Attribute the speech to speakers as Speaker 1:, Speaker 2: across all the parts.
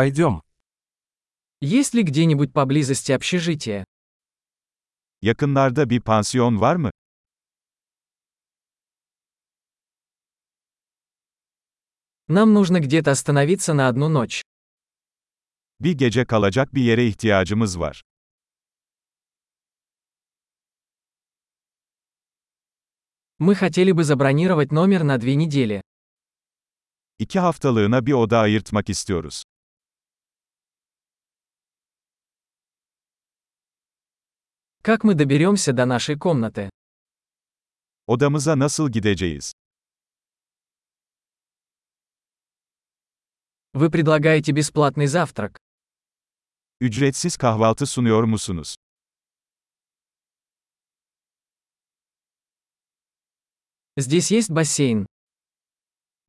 Speaker 1: Пойдем.
Speaker 2: Есть ли где-нибудь поблизости общежитие?
Speaker 3: Yakınlarda bir pansiyon var mı?
Speaker 2: Нам нужно где-то остановиться на одну ночь.
Speaker 3: Bir gece kalacak bir yere ihtiyacımız var.
Speaker 2: Мы хотели бы забронировать номер на две недели.
Speaker 3: İki haftalığına bir oda ayırtmak istiyoruz.
Speaker 2: Как мы доберемся до нашей комнаты?
Speaker 3: Odamıza nasıl gideceğiz?
Speaker 2: Вы предлагаете бесплатный завтрак.
Speaker 3: Ücretsiz kahvaltı sunuyor musunuz?
Speaker 2: Здесь есть бассейн.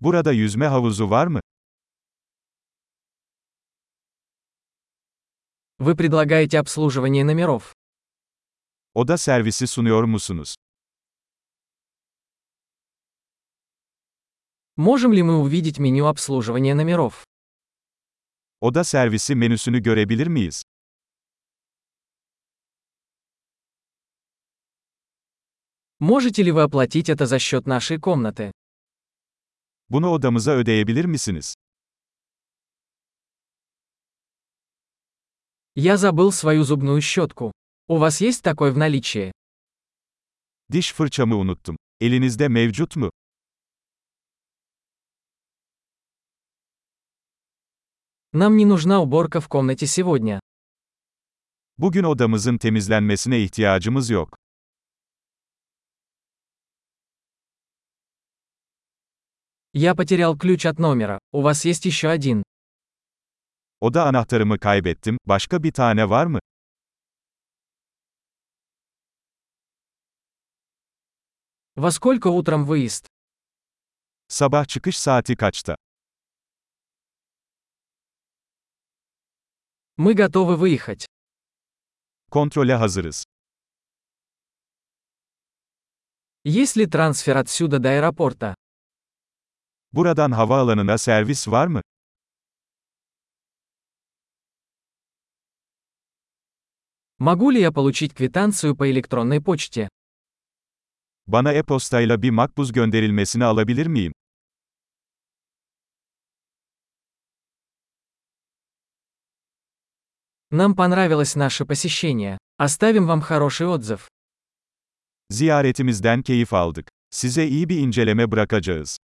Speaker 3: Burada yüzme havuzu var mı?
Speaker 2: Вы предлагаете обслуживание номеров.
Speaker 3: Oda servisi sunuyor musunuz?
Speaker 2: Можем ли мы увидеть меню обслуживания номеров?
Speaker 3: Oda servisi menüsünü görebilir miyiz?
Speaker 2: Можете ли вы оплатить это за счет нашей комнаты?
Speaker 3: Bunu odamıza ödeyebilir misiniz?
Speaker 2: Я забыл свою зубную щетку. У вас есть такой в наличии?
Speaker 3: Diş fırçamı unuttum. Elinizde mevcut mu?
Speaker 2: Нам не нужна уборка в комнате сегодня.
Speaker 3: Bugün odamızın temizlenmesine ihtiyacımız yok.
Speaker 2: Я потерял ключ от номера. У вас есть еще один.
Speaker 3: Oda anahtarımı kaybettim. Başka bir tane var mı?
Speaker 2: Во сколько утром выезд?
Speaker 3: Sabah çıkış saati kaçta?
Speaker 2: Мы готовы выехать.
Speaker 3: Kontrole hazırız.
Speaker 2: Есть ли трансфер отсюда до аэропорта?
Speaker 3: Buradan havaalanına servis var mı?
Speaker 2: Могу ли я получить квитанцию по электронной почте?
Speaker 3: Bana e-postayla bir makbuz gönderilmesini alabilir miyim?
Speaker 2: Нам понравилось наше посещение. Оставим вам хороший отзыв.
Speaker 3: Ziyaretimizden keyif aldık. Size iyi bir inceleme bırakacağız.